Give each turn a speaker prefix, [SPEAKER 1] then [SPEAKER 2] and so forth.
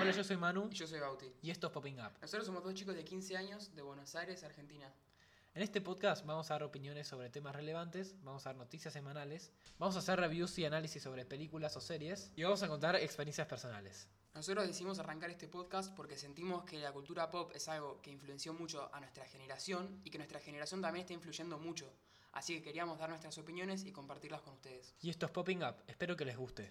[SPEAKER 1] Hola, yo soy Manu
[SPEAKER 2] Y yo soy Bauti.
[SPEAKER 1] y esto es Popping Up.
[SPEAKER 2] Nosotros somos dos chicos de 15 años de Buenos Aires, Argentina.
[SPEAKER 1] En este podcast vamos a dar opiniones sobre temas relevantes, vamos a dar noticias semanales, vamos a hacer reviews y análisis sobre películas o series y vamos a contar experiencias personales.
[SPEAKER 2] Nosotros decidimos arrancar este podcast porque sentimos que la cultura pop es algo que influenció mucho a nuestra generación y que nuestra generación también está influyendo mucho. Así que queríamos dar nuestras opiniones y compartirlas con ustedes.
[SPEAKER 1] Y esto es Popping Up, espero que les guste.